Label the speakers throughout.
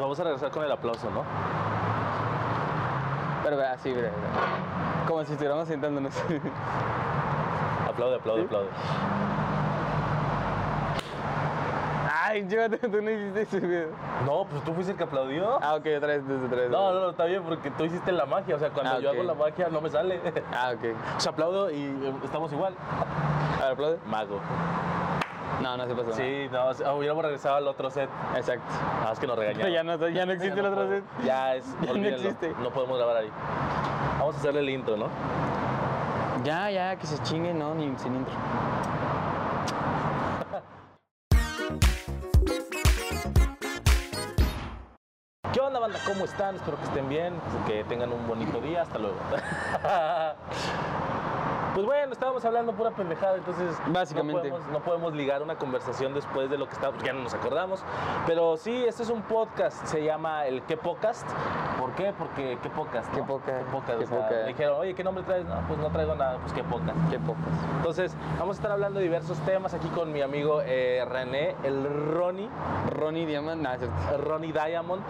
Speaker 1: Vamos a regresar con el aplauso, ¿no?
Speaker 2: Pero ve, así, bre, bre. Como si estuviéramos sentándonos.
Speaker 1: Aplaude, aplaude, aplaude.
Speaker 2: Ay, llévate, tú no hiciste ese video.
Speaker 1: No, pues tú fuiste el que aplaudió.
Speaker 2: Ah, ok, otra vez, desde otra vez.
Speaker 1: No, no, no, está bien, porque tú hiciste la magia. O sea, cuando
Speaker 2: Ah,
Speaker 1: yo
Speaker 2: ok.
Speaker 1: hago la magia no me sale.
Speaker 2: Ah, ok.
Speaker 1: O sea, aplaudo y eh,
Speaker 2: em,
Speaker 1: estamos igual.
Speaker 2: A ver, aplaude.
Speaker 1: Mago.
Speaker 2: No, no se pasó. nada.
Speaker 1: Sí, no, o sea, hubiéramos regresado al otro set.
Speaker 2: Ah. Exacto.
Speaker 1: Nada más que nos regañaron.
Speaker 2: Pero ya no, ya no existe el otro set.
Speaker 1: puedo. Ya es,
Speaker 2: Ya no
Speaker 1: olvídenlo.
Speaker 2: existe.
Speaker 1: No podemos grabar ahí. Vamos a hacerle el intro, ¿no?
Speaker 2: Ya, ya, que se chingue, no, ni sin intro.
Speaker 1: ¿Qué onda, banda? ¿Cómo están? Espero que estén bien, que tengan un bonito día. Hasta luego. Pues bueno, estábamos hablando pura pendejada, entonces
Speaker 2: Básicamente.
Speaker 1: no podemos, no podemos ligar una conversación después de lo que está, porque ya no nos acordamos. Pero sí, este es un podcast, se llama el Qué Podcast. ¿Por qué? Porque Qué Podcast.
Speaker 2: Qué
Speaker 1: ¿no?
Speaker 2: poca,
Speaker 1: Qué Podcast.
Speaker 2: qué
Speaker 1: o sea,
Speaker 2: poca.
Speaker 1: me dijeron, oye, ¿qué nombre traes? No, pues no traigo nada, pues Qué Podcast.
Speaker 2: Qué pocas.
Speaker 1: Entonces, vamos a estar hablando de diversos temas aquí con mi amigo eh, René, el Ronnie,
Speaker 2: Ronnie Diamant, nada,
Speaker 1: Ronnie Diamond,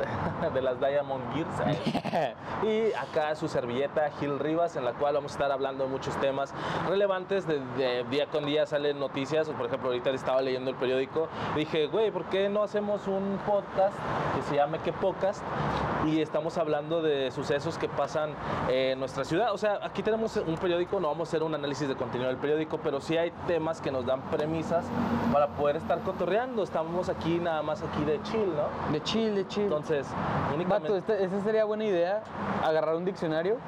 Speaker 1: de las Diamond Gears. eh. Y acá su servilleta Gil Rivas, en la cual vamos a estar hablando de muchos temas relevantes. De, de día con día salen noticias. Por ejemplo, ahorita estaba leyendo el periódico. Dije, güey, ¿por qué no hacemos un podcast que se llame Que Pocas? Y estamos hablando de sucesos que pasan eh, en nuestra ciudad. O sea, aquí tenemos un periódico, no vamos a hacer un análisis de contenido del periódico, pero sí hay temas que nos dan premisas para poder estar cotorreando. Estamos aquí nada más aquí de chill, ¿no?
Speaker 2: De chill, de chill.
Speaker 1: Entonces,
Speaker 2: Vato,
Speaker 1: únicamente...
Speaker 2: esta, esa sería buena idea, agarrar un diccionario.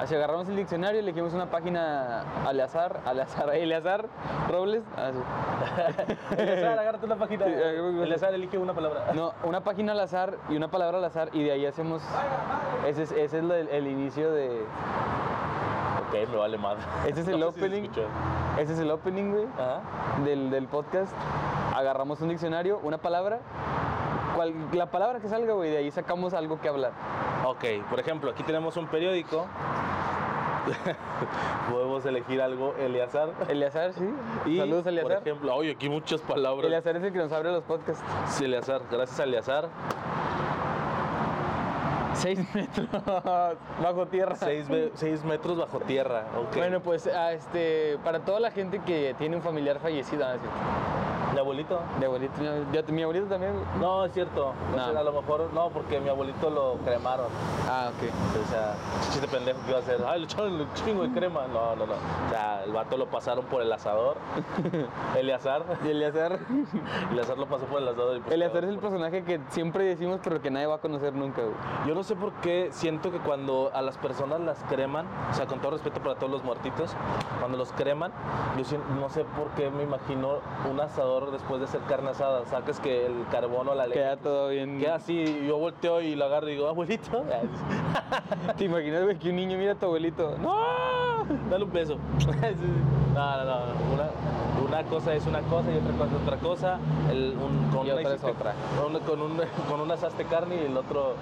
Speaker 2: Así agarramos el diccionario, elegimos una página al azar, al azar, el azar, Robles. así.
Speaker 1: Eleazar, agárrate una página.
Speaker 2: Sí, agarremos una.
Speaker 1: Eleazar, elige una palabra.
Speaker 2: No, una página al azar y una palabra al azar y de ahí hacemos... Ese es, ese es lo del- el, inicio de...
Speaker 1: Ok, me vale madre.
Speaker 2: Este es el
Speaker 1: No sé si se
Speaker 2: opening.
Speaker 1: escuchó.
Speaker 2: Ese es el opening, güey,
Speaker 1: Ajá.
Speaker 2: del, del podcast. Agarramos un diccionario, una palabra. cual- la palabra que salga, güey, de ahí sacamos algo que hablar.
Speaker 1: Ok, por ejemplo, aquí tenemos un periódico. Podemos elegir algo, Eleazar.
Speaker 2: Eleazar, sí.
Speaker 1: Y,
Speaker 2: Saludos, Eleazar.
Speaker 1: Por ejemplo, oye, aquí muchas palabras.
Speaker 2: Eleazar es el que nos abre los podcasts.
Speaker 1: Sí, Eleazar, gracias a Eleazar.
Speaker 2: Seis metros bajo tierra.
Speaker 1: Seis, ve- seis metros bajo tierra. Ok.
Speaker 2: Bueno, pues a este, para toda la gente que tiene un familiar fallecido, ah, sí,
Speaker 1: mi abuelito.
Speaker 2: de abuelito, mi abuelito, mi abuelito también. güey.
Speaker 1: No, es cierto. No
Speaker 2: No.
Speaker 1: sé, a lo mejor no, porque mi abuelito lo cremaron.
Speaker 2: Ah, ok.
Speaker 1: O sea, chiste pendejo que iba a hacer. Ay, le echaron un chingo de crema. No, no, no. O sea, el vato lo pasaron por el asador. Eleazar.
Speaker 2: Y Eleazar,
Speaker 1: Eleazar lo pasó por el asador. y pues
Speaker 2: Eleazar es el
Speaker 1: quedó por-
Speaker 2: personaje que siempre decimos, pero que nadie va a conocer nunca, güey.
Speaker 1: Yo no sé por qué siento que cuando a las personas las creman, o sea, con todo respeto para todos los muertitos, cuando los creman, yo sien- no sé por qué me imagino un asador después de hacer carne asada. Sacas que el carbono, la leche.
Speaker 2: Queda todo bien.
Speaker 1: Queda así, yo volteo y lo agarro y digo, abuelito,
Speaker 2: ¿Te imaginas, güey, que un niño mira a tu abuelito? ¡No!
Speaker 1: ¡Ah! dale un beso. no, no, no. Una, una cosa es una cosa y otra cosa es otra cosa. El- un- con
Speaker 2: Y
Speaker 1: una
Speaker 2: otra es
Speaker 1: hiciste-
Speaker 2: otra.
Speaker 1: con un- con, un, con un asaste carne y el otro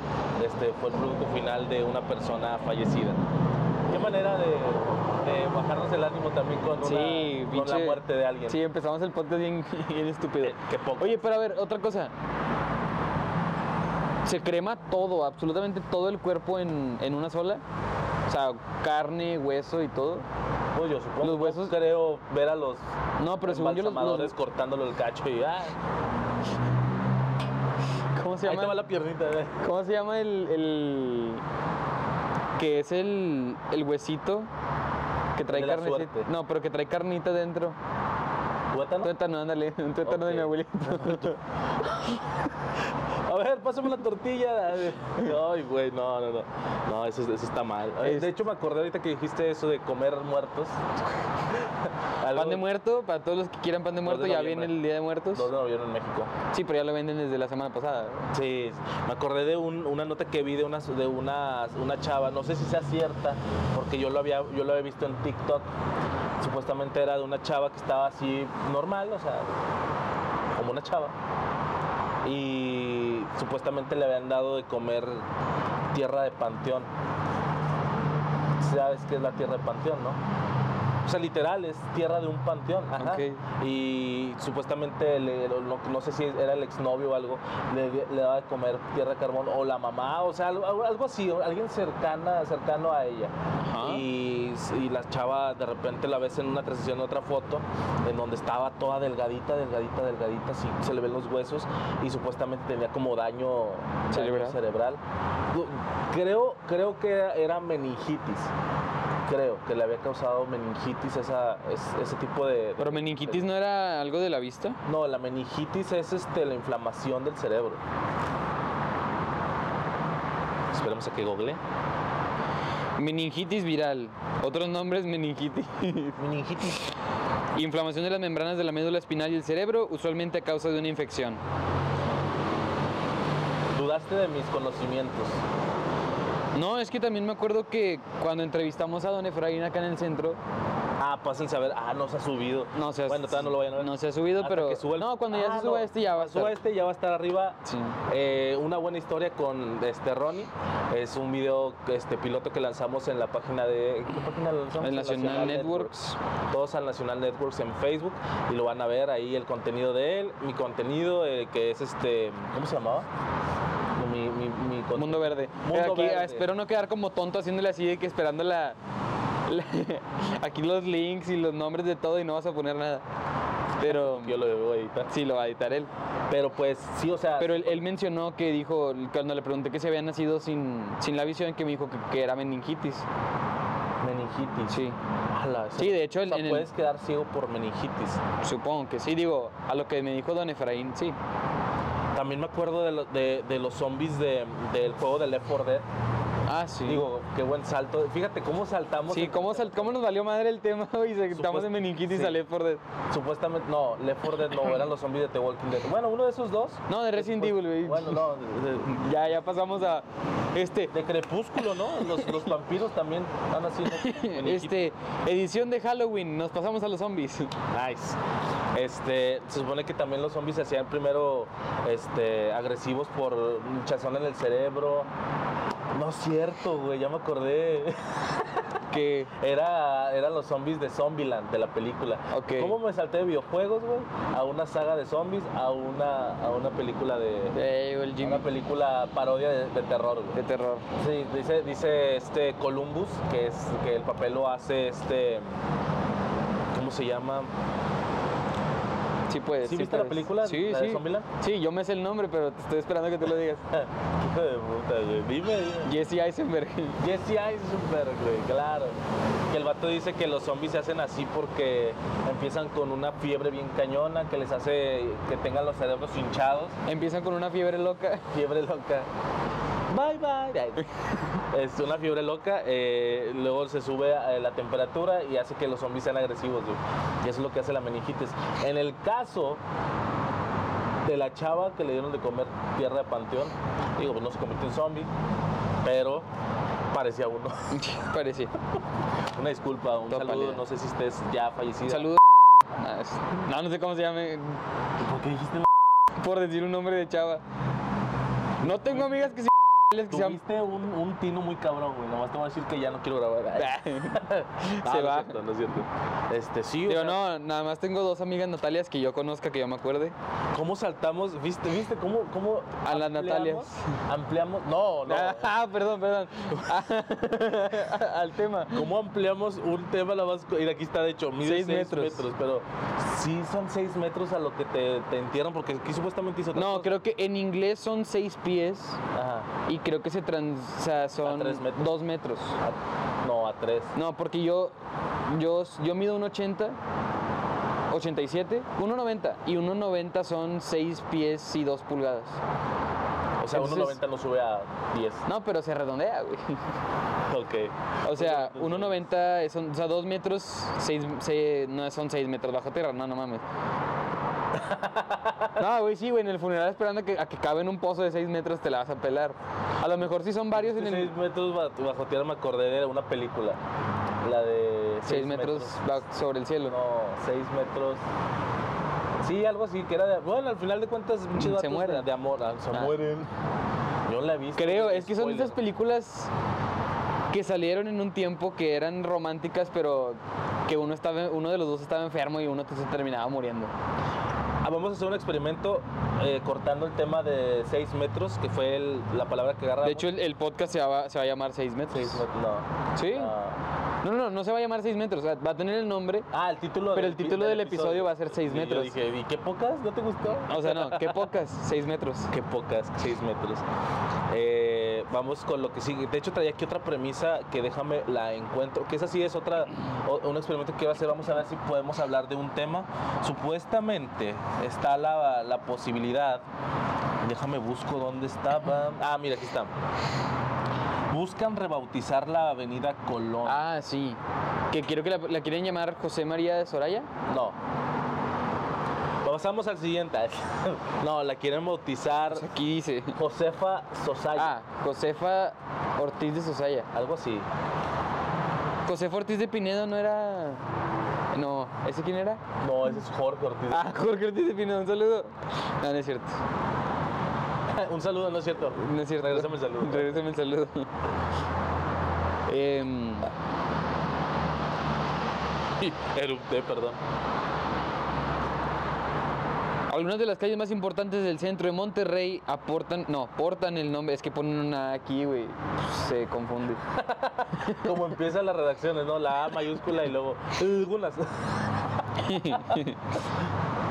Speaker 1: este, fue el producto final de una persona fallecida. Qué manera de, de bajarnos el ánimo también con, una-
Speaker 2: Sí,
Speaker 1: con la
Speaker 2: pinche-
Speaker 1: muerte de alguien.
Speaker 2: Sí, empezamos el podcast bien, bien estúpido.
Speaker 1: Eh, qué poco.
Speaker 2: Oye, pero a ver, otra cosa. Se crema todo, absolutamente todo el cuerpo en, en una sola. O sea, carne, hueso y todo.
Speaker 1: Pues yo supongo
Speaker 2: los huesos-
Speaker 1: creo ver a los
Speaker 2: No, pero según yo los- los-
Speaker 1: embalsamadores cortándolo el cacho y ah,
Speaker 2: ¿Cómo se
Speaker 1: ahí te va
Speaker 2: llama?
Speaker 1: la piernita. eh.
Speaker 2: ¿Cómo se llama el, el- que es el, el huesito que trae
Speaker 1: De la
Speaker 2: carnecita?
Speaker 1: suerte.
Speaker 2: No, pero que trae carnita dentro.
Speaker 1: ¿Tuétano?
Speaker 2: Tuétano, ándale, un tuétano de mi
Speaker 1: Ok.
Speaker 2: abuelito.
Speaker 1: A ver, pásame la tortilla. Ay, güey, no, no, no. No, eso, eso está mal. Oye, De
Speaker 2: Es-
Speaker 1: hecho, me acordé ahorita que dijiste eso de comer muertos.
Speaker 2: Pan de muerto, para todos los que quieran pan de
Speaker 1: Dos de
Speaker 2: muerto, ya
Speaker 1: noviembre.
Speaker 2: viene el Día de Muertos.
Speaker 1: 2 de noviembre en México.
Speaker 2: Sí, pero ya lo venden desde la semana pasada.
Speaker 1: Sí, me acordé de un- una nota que vi de una, de una, una chava, no sé si sea cierta, porque yo lo, había, yo lo había visto en TikTok. Supuestamente era de una chava que estaba así normal, o sea, como una chava. Y supuestamente le habían dado de comer tierra de panteón. Sabes qué es la tierra de panteón, ¿no? O sea, literal, es tierra de un panteón. Ajá.
Speaker 2: Ok.
Speaker 1: Y supuestamente, le- lo- lo- no sé si era el exnovio o algo, le, le daba de comer tierra de carbón o la mamá, o sea, algo, algo así, o alguien cercana, cercano a ella.
Speaker 2: Ajá.
Speaker 1: Y, y la chava de repente la ves en una transición, en otra foto, en donde estaba toda delgadita, delgadita, delgadita, así se le ven los huesos y supuestamente tenía como daño daño
Speaker 2: Cerebral.
Speaker 1: cerebral. Creo, creo que era- era meningitis creo que le había causado meningitis esa, es- ese tipo de...
Speaker 2: Pero meningitis no era algo de la vista.
Speaker 1: No, la meningitis es este, la inflamación del cerebro. Esperemos a que google.
Speaker 2: Meningitis viral. Otros nombres, meningitis.
Speaker 1: Meningitis.
Speaker 2: Inflamación de las membranas de la médula espinal y el cerebro, usualmente a causa de una infección.
Speaker 1: Dudaste de mis conocimientos.
Speaker 2: No, es que también me acuerdo que cuando entrevistamos a don Efraín acá en el centro,
Speaker 1: Ah, pásense a ver. Ah, no se ha subido.
Speaker 2: no se ha,
Speaker 1: Bueno, todavía no lo vayan a ver.
Speaker 2: no se ha subido,
Speaker 1: Hasta
Speaker 2: pero...
Speaker 1: que suba el-
Speaker 2: No, cuando ya
Speaker 1: Ah,
Speaker 2: se suba
Speaker 1: no.
Speaker 2: este ya va a
Speaker 1: Suba
Speaker 2: estar.
Speaker 1: este ya va a estar arriba.
Speaker 2: Sí.
Speaker 1: Eh, una buena historia con este Ronnie. Es un video este piloto que lanzamos en la página de ¿qué página lo lanzamos?
Speaker 2: El
Speaker 1: En
Speaker 2: Nacional Networks.
Speaker 1: Todos al Nacional Networks en Facebook y lo van a ver ahí el contenido de él, mi contenido eh, que es este ¿cómo se llamaba? Mi, mi, mi conte-
Speaker 2: Mundo Verde.
Speaker 1: Mundo
Speaker 2: Eh, aquí, ah,
Speaker 1: Verde.
Speaker 2: Espero no quedar como tonto haciéndole así de que esperando la... la- aquí los links y los nombres de todo y no vas a poner nada. Pero...
Speaker 1: Yo lo debo editar.
Speaker 2: Sí, lo va a editar él.
Speaker 1: Pero pues sí, o sea,
Speaker 2: Pero él, él mencionó que dijo, cuando le pregunté que se había nacido sin, sin la visión, que me dijo que, que era meningitis.
Speaker 1: meningitis.
Speaker 2: Sí,
Speaker 1: Ala, eso-
Speaker 2: Sí, de hecho,
Speaker 1: o sea,
Speaker 2: en el-
Speaker 1: puedes quedar ciego por meningitis.
Speaker 2: supongo que sí. Digo, a lo que me dijo don Efraín, sí.
Speaker 1: También me acuerdo de, lo- de- de los zombies de- del juego de Left 4 Dead.
Speaker 2: Ah, sí.
Speaker 1: Digo, qué buen salto. Fíjate cómo saltamos. este
Speaker 2: sí,
Speaker 1: entre-
Speaker 2: ¿cómo, sal- cómo nos valió madre el tema y se- estamos
Speaker 1: Supuest-
Speaker 2: de meningitis
Speaker 1: sí.
Speaker 2: a Left 4 Dead?
Speaker 1: Supuestamente, no, Left 4 Dead no, eran los zombies de The Walking Dead. Bueno, uno de esos dos.
Speaker 2: No, de Resident Evil, güey.
Speaker 1: Bueno, no, de, de-
Speaker 2: Ya, ya pasamos a este,
Speaker 1: de Crepúsculo, ¿no? Los, los vampiros también han así. ¿no?
Speaker 2: este, edición de Halloween. Nos pasamos a los zombies.
Speaker 1: Nice. Este, se supone que también los zombies se hacían primero este, agresivos por un chazón en el cerebro. No es cierto, güey, ya me acordé.
Speaker 2: Que
Speaker 1: Era, eran los zombies de Zombieland, de la película.
Speaker 2: Ok.
Speaker 1: ¿Cómo me salté de videojuegos, güey? A una saga de zombies, a una, a una película de.
Speaker 2: eh, el
Speaker 1: a
Speaker 2: Jimmy
Speaker 1: una película parodia de, de terror,
Speaker 2: de
Speaker 1: güey.
Speaker 2: terror.
Speaker 1: Sí, dice, dice este Columbus, que es que el papel lo hace este. ¿Cómo se llama?
Speaker 2: Sí puedes.
Speaker 1: ¿Sí viste la
Speaker 2: puedes.
Speaker 1: película?
Speaker 2: Sí,
Speaker 1: ¿La de
Speaker 2: sí.
Speaker 1: Zombieland?
Speaker 2: Sí, yo me sé el nombre, pero te estoy esperando que tú lo digas.
Speaker 1: Hijo de puta, güey. Dime, dime.
Speaker 2: Jesse Eisenberg.
Speaker 1: Jesse Eisenberg, güey, claro. Que el vato dice que los zombies se hacen así porque empiezan con una fiebre bien cañona que les hace que tengan los cerebros hinchados.
Speaker 2: Empiezan con una fiebre loca.
Speaker 1: Fiebre loca. Bye, bye. Ay. Es una fiebre loca, eh, luego se sube eh, la temperatura y hace que los zombies sean agresivos, güey. Y eso es lo que hace la meningitis. En el caso de la chava que le dieron de comer tierra de panteón, digo, pues no se convirtió en zombie, pero parecía uno.
Speaker 2: Parecía.
Speaker 1: Una disculpa, un
Speaker 2: Toda
Speaker 1: saludo,
Speaker 2: pálida.
Speaker 1: no sé si estés ya fallecido.
Speaker 2: Un saludo. Ah, es- No, no sé cómo se llame.
Speaker 1: ¿Por qué dijiste la-
Speaker 2: Por decir un nombre de chava. No tengo amigas que se que se llaman.
Speaker 1: Tuviste un, un tino muy cabrón, güey. Nomás te voy a decir que ya no quiero grabar. Ay. Ah,
Speaker 2: Se
Speaker 1: no
Speaker 2: va.
Speaker 1: Es cierto, no es cierto. Este, sí, o
Speaker 2: Digo,
Speaker 1: sea,
Speaker 2: no, nada más tengo dos amigas Natalias que yo conozca, que yo me acuerde.
Speaker 1: ¿Cómo saltamos? ¿Viste, viste cómo, cómo
Speaker 2: A las
Speaker 1: ampliamos-
Speaker 2: Natalias.
Speaker 1: Ampliamos. No, no.
Speaker 2: Ah, perdón, perdón. Ah, Al tema.
Speaker 1: ¿Cómo ampliamos un tema la más? Mira, aquí está de hecho, mide
Speaker 2: Seis
Speaker 1: 6 metros.
Speaker 2: metros.
Speaker 1: Pero sí son 6 metros a lo que te, te entierran, porque aquí supuestamente hizo. otra
Speaker 2: No,
Speaker 1: cosa.
Speaker 2: creo que en inglés son seis pies
Speaker 1: Ajá.
Speaker 2: y creo que se trans, o sea, son
Speaker 1: tres metros.
Speaker 2: dos metros.
Speaker 1: A- no, a 3.
Speaker 2: No, porque yo, yo, yo mido un 80 87, 1.90 y 1.90 son 6 pies y 2 pulgadas.
Speaker 1: O sea,
Speaker 2: Entonces-
Speaker 1: 1.90 no sube a 10.
Speaker 2: No, pero se redondea, güey.
Speaker 1: Ok.
Speaker 2: O sea,
Speaker 1: Entonces,
Speaker 2: 1.90 son, o sea, 2 metros, 6, no son 6 metros bajo tierra, no, no mames. No, güey, sí, güey, en el funeral esperando que, a que cabe en un pozo de 6 metros te la vas a pelar. A lo mejor sí son varios en el...
Speaker 1: 6 metros ba- bajo tierra me acordé de una película. La de
Speaker 2: 6 metros ba- sobre el cielo.
Speaker 1: No, 6 metros. Sí, algo así, que era de. Bueno, al final de cuentas, pinches
Speaker 2: Se
Speaker 1: vatos
Speaker 2: mueren.
Speaker 1: De, de amor, ah, se
Speaker 2: Ah.
Speaker 1: mueren. Yo la vi.
Speaker 2: Creo, es que son de esas películas que salieron en un tiempo que eran románticas, pero que uno, estaba, uno de los dos estaba enfermo y uno se terminaba muriendo.
Speaker 1: Ah, vamos a hacer un experimento eh, cortando el tema de 6 metros, que fue el- la palabra que agarramos.
Speaker 2: De hecho, el, el podcast se va, se va a llamar 6 metros.
Speaker 1: 6 metros, no.
Speaker 2: ¿Sí?
Speaker 1: Ah.
Speaker 2: No, no, no, no se va a llamar 6 metros. o sea, Va a tener el nombre.
Speaker 1: Ah, el título.
Speaker 2: Pero el título del episodio va a ser seis
Speaker 1: Sí, yo
Speaker 2: metros.
Speaker 1: dije, ¿y qué pocas? ¿No te gustó?
Speaker 2: O sea, no, qué pocas, 6 metros.
Speaker 1: Qué pocas, 6 metros. Eh, vamos con lo que sigue. De hecho, traía aquí otra premisa que déjame la encuentro. Que esa sí es otra, o- un experimento que quiero hacer. Vamos a ver si podemos hablar de un tema. Supuestamente está la, la posibilidad. Déjame busco dónde estaba. Ah, mira, aquí está. Buscan rebautizar la avenida Colón.
Speaker 2: Ah, sí. Que quiero que la, la quieren llamar José María de Soraya.
Speaker 1: No. Pasamos al siguiente. No, la quieren bautizar
Speaker 2: Pues aquí dice.
Speaker 1: Josefa Sosaya.
Speaker 2: Ah, Josefa Ortiz de Sosaya.
Speaker 1: Algo así.
Speaker 2: Josefa Ortiz de Pinedo no era. No, ¿ese quién era?
Speaker 1: No, ese es Jorge Ortiz.
Speaker 2: Ah, Jorge Ortiz de Pinedo, un saludo. No, no es cierto.
Speaker 1: Un saludo, ¿no es cierto?
Speaker 2: No es cierto.
Speaker 1: Regrésame el saludo.
Speaker 2: Regrésame el saludo. Em,
Speaker 1: Erupté, eh, perdón.
Speaker 2: Algunas de las calles más importantes del centro de Monterrey aportan, no, portan el nombre, es que ponen una aquí, güey, se confunde.
Speaker 1: Como empiezan las redacciones, ¿no? La A mayúscula y luego. eh, Algunas.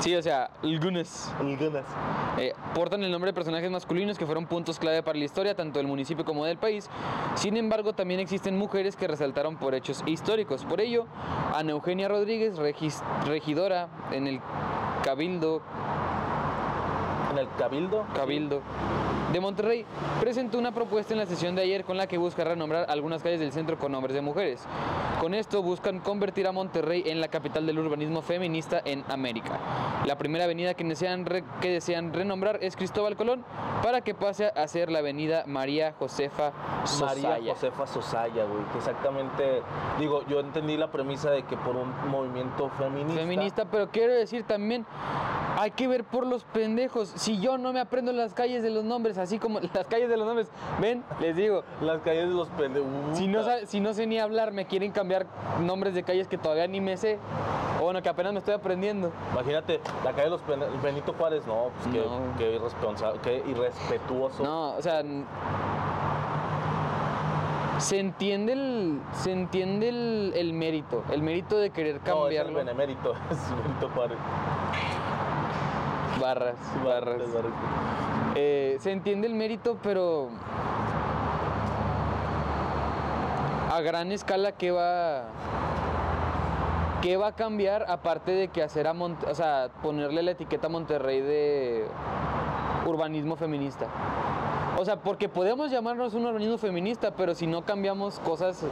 Speaker 2: Sí, o sea, algunas.
Speaker 1: Algunas.
Speaker 2: Eh, portan el nombre de personajes masculinos que fueron puntos clave para la historia, tanto del municipio como del país. Sin embargo, también existen mujeres que resaltaron por hechos históricos. Por ello, Ana Eugenia Rodríguez, regis- regidora en el Cabildo
Speaker 1: En el Cabildo.
Speaker 2: Cabildo de Monterrey presentó una propuesta en la sesión de ayer con la que busca renombrar algunas calles del centro con nombres de mujeres. Con esto buscan convertir a Monterrey en la capital del urbanismo feminista en América. La primera avenida que desean, re- que desean renombrar es Cristóbal Colón para que pase a ser la avenida María Josefa Sosaya.
Speaker 1: María Josefa Sosaya, güey. Que exactamente. Digo, yo entendí la premisa de que por un movimiento feminista.
Speaker 2: feminista, pero quiero decir también, hay que ver por los pendejos. Si yo no me aprendo las calles de los nombres, así como las calles de los nombres, ven, les digo,
Speaker 1: Las calles de los pendejos.
Speaker 2: Si no, sa- si no sé ni hablar, me quieren cambiar nombres de calles que todavía ni me sé. O bueno, que apenas me estoy aprendiendo.
Speaker 1: Imagínate, la calle de los pende- Benito Juárez, no, pues qué,
Speaker 2: No.
Speaker 1: qué irresponsable, qué irrespetuoso.
Speaker 2: No, o sea. n- Se entiende el. Se entiende el, el mérito. El mérito de querer
Speaker 1: No, es el
Speaker 2: cambiarlo.
Speaker 1: benemérito, es Benito Juárez.
Speaker 2: barras, barras. Eh, se entiende el mérito, pero. A gran escala, ¿qué va. ¿Qué va a cambiar aparte de que hacer a Mon- o sea, ponerle la etiqueta a Monterrey de urbanismo feminista? O sea, porque podemos llamarnos un urbanismo feminista, pero si no cambiamos cosas,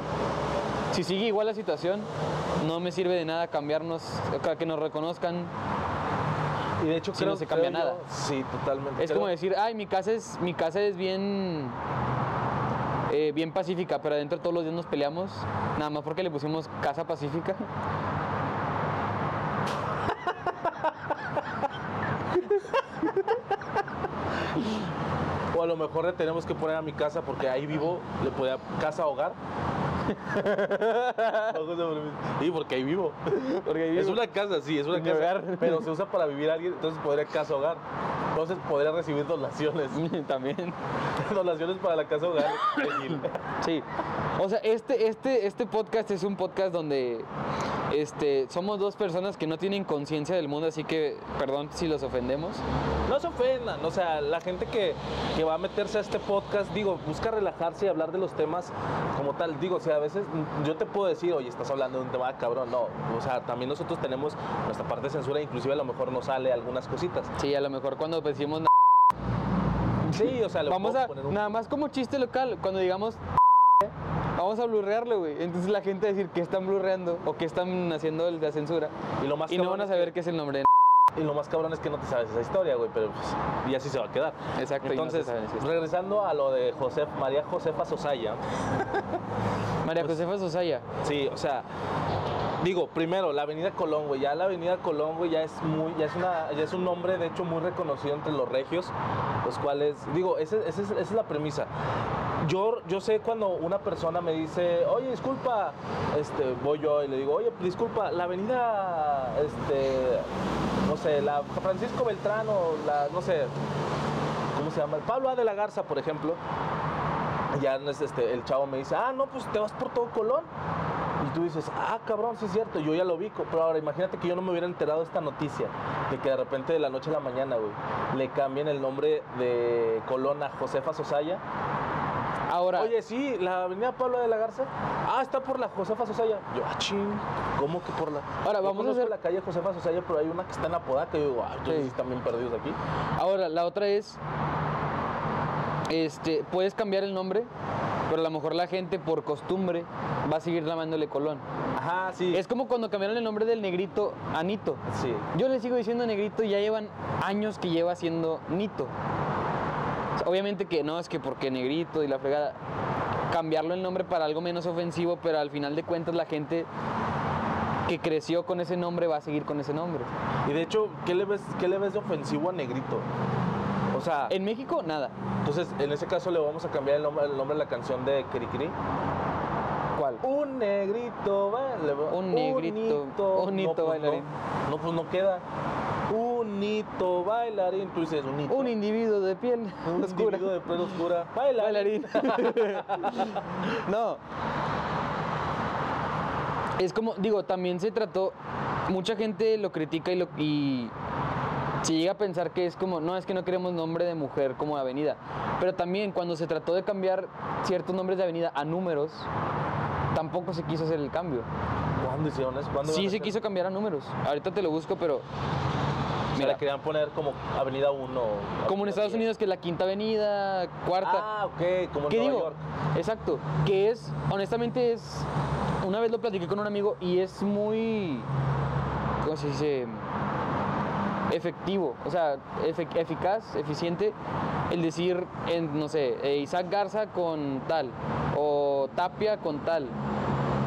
Speaker 2: si sigue igual la situación, no me sirve de nada cambiarnos, o sea, que nos reconozcan.
Speaker 1: Y de hecho
Speaker 2: Si
Speaker 1: creo
Speaker 2: no se cambia
Speaker 1: creo
Speaker 2: nada.
Speaker 1: yo- sí, totalmente.
Speaker 2: Es
Speaker 1: Creo-
Speaker 2: como decir, ay, mi casa es, mi casa es bien, eh, bien pacífica, pero adentro todos los días nos peleamos, nada más porque le pusimos casa pacífica.
Speaker 1: O a lo mejor le tenemos que poner a mi casa porque ahí vivo, le podía casa hogar. Ojos de permiso. sí, porque ahí vivo.
Speaker 2: Porque
Speaker 1: Es una casa, sí, es una
Speaker 2: Mi
Speaker 1: casa.
Speaker 2: hogar.
Speaker 1: Pero se usa para vivir alguien, entonces podría casa hogar. Entonces podría recibir donaciones.
Speaker 2: También.
Speaker 1: donaciones para la casa hogar.
Speaker 2: Sí. O sea, este, este, este podcast es un podcast donde Este, somos dos personas que no tienen conciencia del mundo, así que perdón si los ofendemos.
Speaker 1: No se ofendan, o sea, la gente que, que va a meterse a este podcast, digo, busca relajarse y hablar de los temas como tal. Digo, o sea, a veces mm, yo te puedo decir, oye, estás hablando de un tema cabrón. No, o sea, también nosotros tenemos nuestra parte de censura, inclusive a lo mejor nos sale algunas cositas.
Speaker 2: Sí, a lo mejor cuando decimos
Speaker 1: Sí, o sea, le
Speaker 2: Vamos
Speaker 1: puedo
Speaker 2: a,
Speaker 1: poner un-
Speaker 2: nada más como chiste local, cuando digamos, vamos a blurrearlo, güey. Entonces la gente va a decir que están blurreando o que están haciendo el de censura.
Speaker 1: Y lo más
Speaker 2: Y no
Speaker 1: cabrón
Speaker 2: van a
Speaker 1: es que-
Speaker 2: saber qué es el nombre.
Speaker 1: Y lo más cabrón es que no te sabes esa historia, güey, pero pues, y así se va a quedar.
Speaker 2: Exacto, y no
Speaker 1: Entonces,
Speaker 2: se saben si es-
Speaker 1: regresando a lo de José, María Josefa Sosaya,
Speaker 2: María
Speaker 1: Pues
Speaker 2: Josefa Sosaya.
Speaker 1: sí, o sea, digo, primero, la Avenida Colón, güey, ya la Avenida Colón, güey, ya es muy, ya es una, ya es un nombre, de hecho, muy reconocido entre los regios, los cuales, digo, ese- ese es- esa es la premisa. Yo, yo sé cuando una persona me dice, oye, disculpa, este, voy yo y le digo, oye, disculpa, la avenida, este, no sé, la Francisco Beltrán o la, no sé, ¿cómo se llama? El Pablo A. de la Garza, por ejemplo. Ya no es, este, el chavo me dice, ah, no, pues te vas por todo Colón. Y tú dices, ah, cabrón, sí es cierto, yo ya lo vi. Pero ahora imagínate que yo no me hubiera enterado de esta noticia, de que de repente de la noche a la mañana, güey, le cambien el nombre de Colón a Josefa Sosaya.
Speaker 2: Ahora,
Speaker 1: Oye, sí, la avenida Pablo de la Garza. Ah, está por la Josefa Sosaya. Yo, ah, ching. ¿Cómo que por la.?
Speaker 2: Ahora,
Speaker 1: Yo
Speaker 2: vamos a
Speaker 1: conozco
Speaker 2: hacer-
Speaker 1: la calle Josefa Sosaya, pero hay una que está en Apodaca. Yo digo, ah, entonces
Speaker 2: Sí.
Speaker 1: están bien perdidos aquí.
Speaker 2: ahora la otra es, este, puedes cambiar el nombre, pero a lo mejor la gente por costumbre va a seguir llamándole Colón.
Speaker 1: Ajá, sí.
Speaker 2: Es como cuando cambiaron el nombre del negrito a Nito.
Speaker 1: Sí.
Speaker 2: Yo le sigo diciendo negrito y ya llevan años que lleva siendo Nito. O sea, obviamente que no, es que porque negrito y la fregada. Cambiarlo el nombre para algo menos ofensivo, pero al final de cuentas la gente que creció con ese nombre va a seguir con ese nombre.
Speaker 1: Y de hecho, ¿qué le ves, qué le ves de ofensivo a Negrito? O sea,
Speaker 2: En México, nada.
Speaker 1: entonces en ese caso le vamos a cambiar el nombre, el nombre de la canción de Kirikiri.
Speaker 2: ¿Cuál?
Speaker 1: Un negrito, va- le va-
Speaker 2: Un negrito,
Speaker 1: nito.
Speaker 2: un nito
Speaker 1: pues,
Speaker 2: bailarín.
Speaker 1: No, pues no queda. Un nito bailarín. Tú dices, un nito.
Speaker 2: Un individuo de piel
Speaker 1: Un
Speaker 2: oscura.
Speaker 1: individuo de piel oscura. Bailarín.
Speaker 2: Bailarín. no. Es como, digo, también se trató. Mucha gente lo critica y, lo, y se llega a pensar que es como, no, es que no queremos nombre de mujer como avenida. Pero también cuando se trató de cambiar ciertos nombres de avenida a números, tampoco se quiso hacer el cambio.
Speaker 1: ¿Cuándo hicieron eso? ¿Cuándo
Speaker 2: Sí
Speaker 1: iban a
Speaker 2: se
Speaker 1: hacer?
Speaker 2: quiso cambiar a números. Ahorita te lo busco, pero.
Speaker 1: O sea,
Speaker 2: Mira,
Speaker 1: la querían poner como Avenida 1.
Speaker 2: como en Estados Unidos, que es la quinta avenida, cuarta.
Speaker 1: Ah, ok, como en
Speaker 2: ¿Qué
Speaker 1: Nueva
Speaker 2: digo?
Speaker 1: York.
Speaker 2: Exacto. Que es, honestamente es, una vez lo platiqué con un amigo y es muy, ¿cómo se dice? Efectivo, o sea, efe- eficaz, eficiente, el decir, en, no sé, eh, Isaac Garza con tal, o Tapia con tal.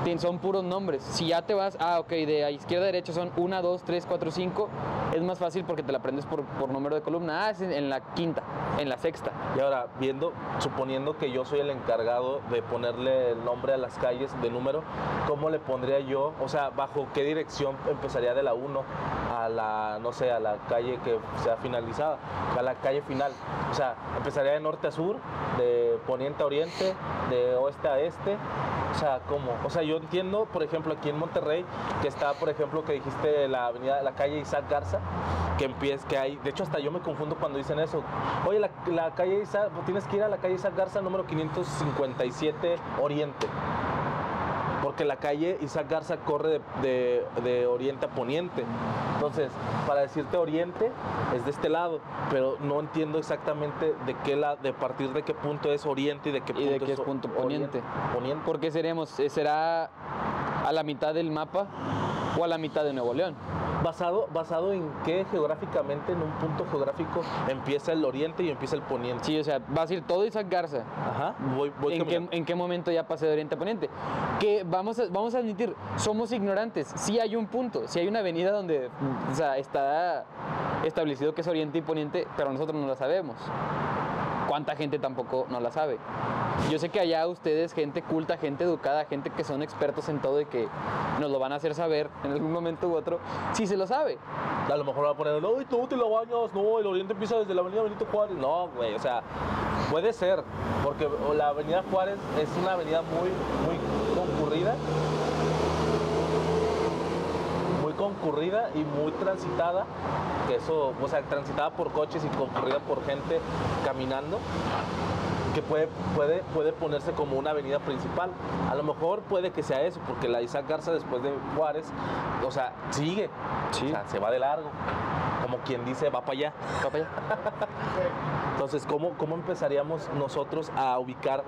Speaker 2: Tien- Son puros nombres. Si ya te vas, ah, ok, de a izquierda a derecha son 1, 2, 3, 4, 5. Es más fácil porque te la aprendes por, por número de columna. Ah, es en- en la quinta, en la sexta.
Speaker 1: Y ahora, viendo, suponiendo que yo soy el encargado de ponerle el nombre a las calles de número, ¿cómo le pondría yo? O sea, ¿bajo qué dirección empezaría de la 1 a la, no sé, a la calle que sea finalizada, a la calle final? O sea, ¿empezaría de norte a sur, de poniente a oriente, de oeste a este? O sea, ¿cómo? O sea, yo entiendo, por ejemplo, aquí en Monterrey, que está, por ejemplo, que dijiste la avenida, la calle Isaac Garza, que empieza, que hay, de hecho hasta yo me confundo cuando dicen eso. Oye, la, la calle Isaac, pues, tienes que ir a la calle Isaac Garza número 557 Oriente. Porque la calle Isaac Garza corre de, de- de oriente a poniente. Entonces, para decirte oriente es de este lado, pero no entiendo exactamente de qué la, de partir de qué punto es oriente y de qué
Speaker 2: Y de
Speaker 1: punto
Speaker 2: qué es punto
Speaker 1: oriente-
Speaker 2: poniente.
Speaker 1: poniente.
Speaker 2: ¿Por qué seremos? Eh, ¿Será a la mitad del mapa o a la mitad de Nuevo León?
Speaker 1: Basado, basado en qué geográficamente, en un punto geográfico, empieza el oriente y empieza el poniente.
Speaker 2: Sí, o sea, va a ir todo Isaac Garza.
Speaker 1: Ajá. Voy, voy
Speaker 2: ¿En qué,
Speaker 1: caminando.
Speaker 2: en qué momento ya pasé de oriente a poniente? Que vamos a, vamos a admitir, somos ignorantes. Sí hay un punto, sí hay una avenida donde o sea, está establecido que es oriente y poniente, pero nosotros no la sabemos. ¿Cuánta gente tampoco no la sabe? Yo sé que allá ustedes, gente culta, gente educada, gente que son expertos en todo y que nos lo van a hacer saber en algún momento u otro, sí se lo sabe.
Speaker 1: A lo mejor va a poner, no, y tú te la bañas, no, el oriente empieza desde la avenida Benito Juárez. No, güey, o sea, puede ser, porque la avenida Juárez es una avenida muy, muy concurrida. concurrida y muy transitada, que eso, o sea, transitada por coches y concurrida por gente caminando, que puede, puede, puede ponerse como una avenida principal. A lo mejor puede que sea eso, porque la Isaac Garza después de Juárez, o sea, sigue,
Speaker 2: Sí.
Speaker 1: o sea, se va de largo, como quien dice, va para allá.
Speaker 2: Va para allá.
Speaker 1: Entonces, ¿cómo, cómo empezaríamos nosotros a ubicar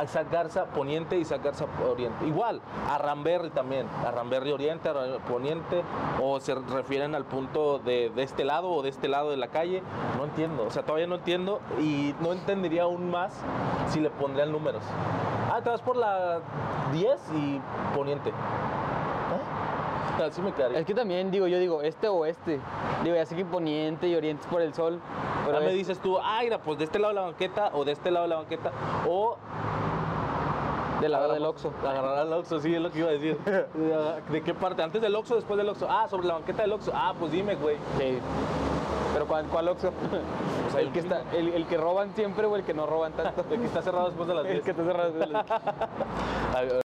Speaker 1: a Isaac Garza Poniente y Isaac Garza Oriente? Igual, a Ramberry también, a Ramberry Oriente, a Ramberry Poniente, o se refieren al punto de, de este lado o de este lado de la calle, no entiendo, o sea, todavía no entiendo y no entendería aún más si le pondrían números. Ah, te vas por la 10 y Poniente. ¿Eh? Así me quedaría.
Speaker 2: Es que también digo, yo digo este o este. Digo, ya sé que poniente y oriente es por el sol. Pero
Speaker 1: Ahora me
Speaker 2: es-
Speaker 1: dices tú, ah, mira, pues de este lado de la banqueta o de este lado de la banqueta o
Speaker 2: del lado del
Speaker 1: Agarramos-
Speaker 2: Oxxo.
Speaker 1: Agarrar al Oxxo, sí, es lo que iba a decir. ¿De qué parte? ¿Antes del Oxxo después del Oxxo? Ah, sobre la banqueta del Oxxo. Ah, pues dime, güey.
Speaker 2: Sí. Pero ¿cuál, cuál Oxxo?
Speaker 1: Pues hay
Speaker 2: el,
Speaker 1: un
Speaker 2: que está, el, el que roban siempre o el que no roban tanto.
Speaker 1: El que está cerrado después de las
Speaker 2: el
Speaker 1: 10.
Speaker 2: que está cerrado.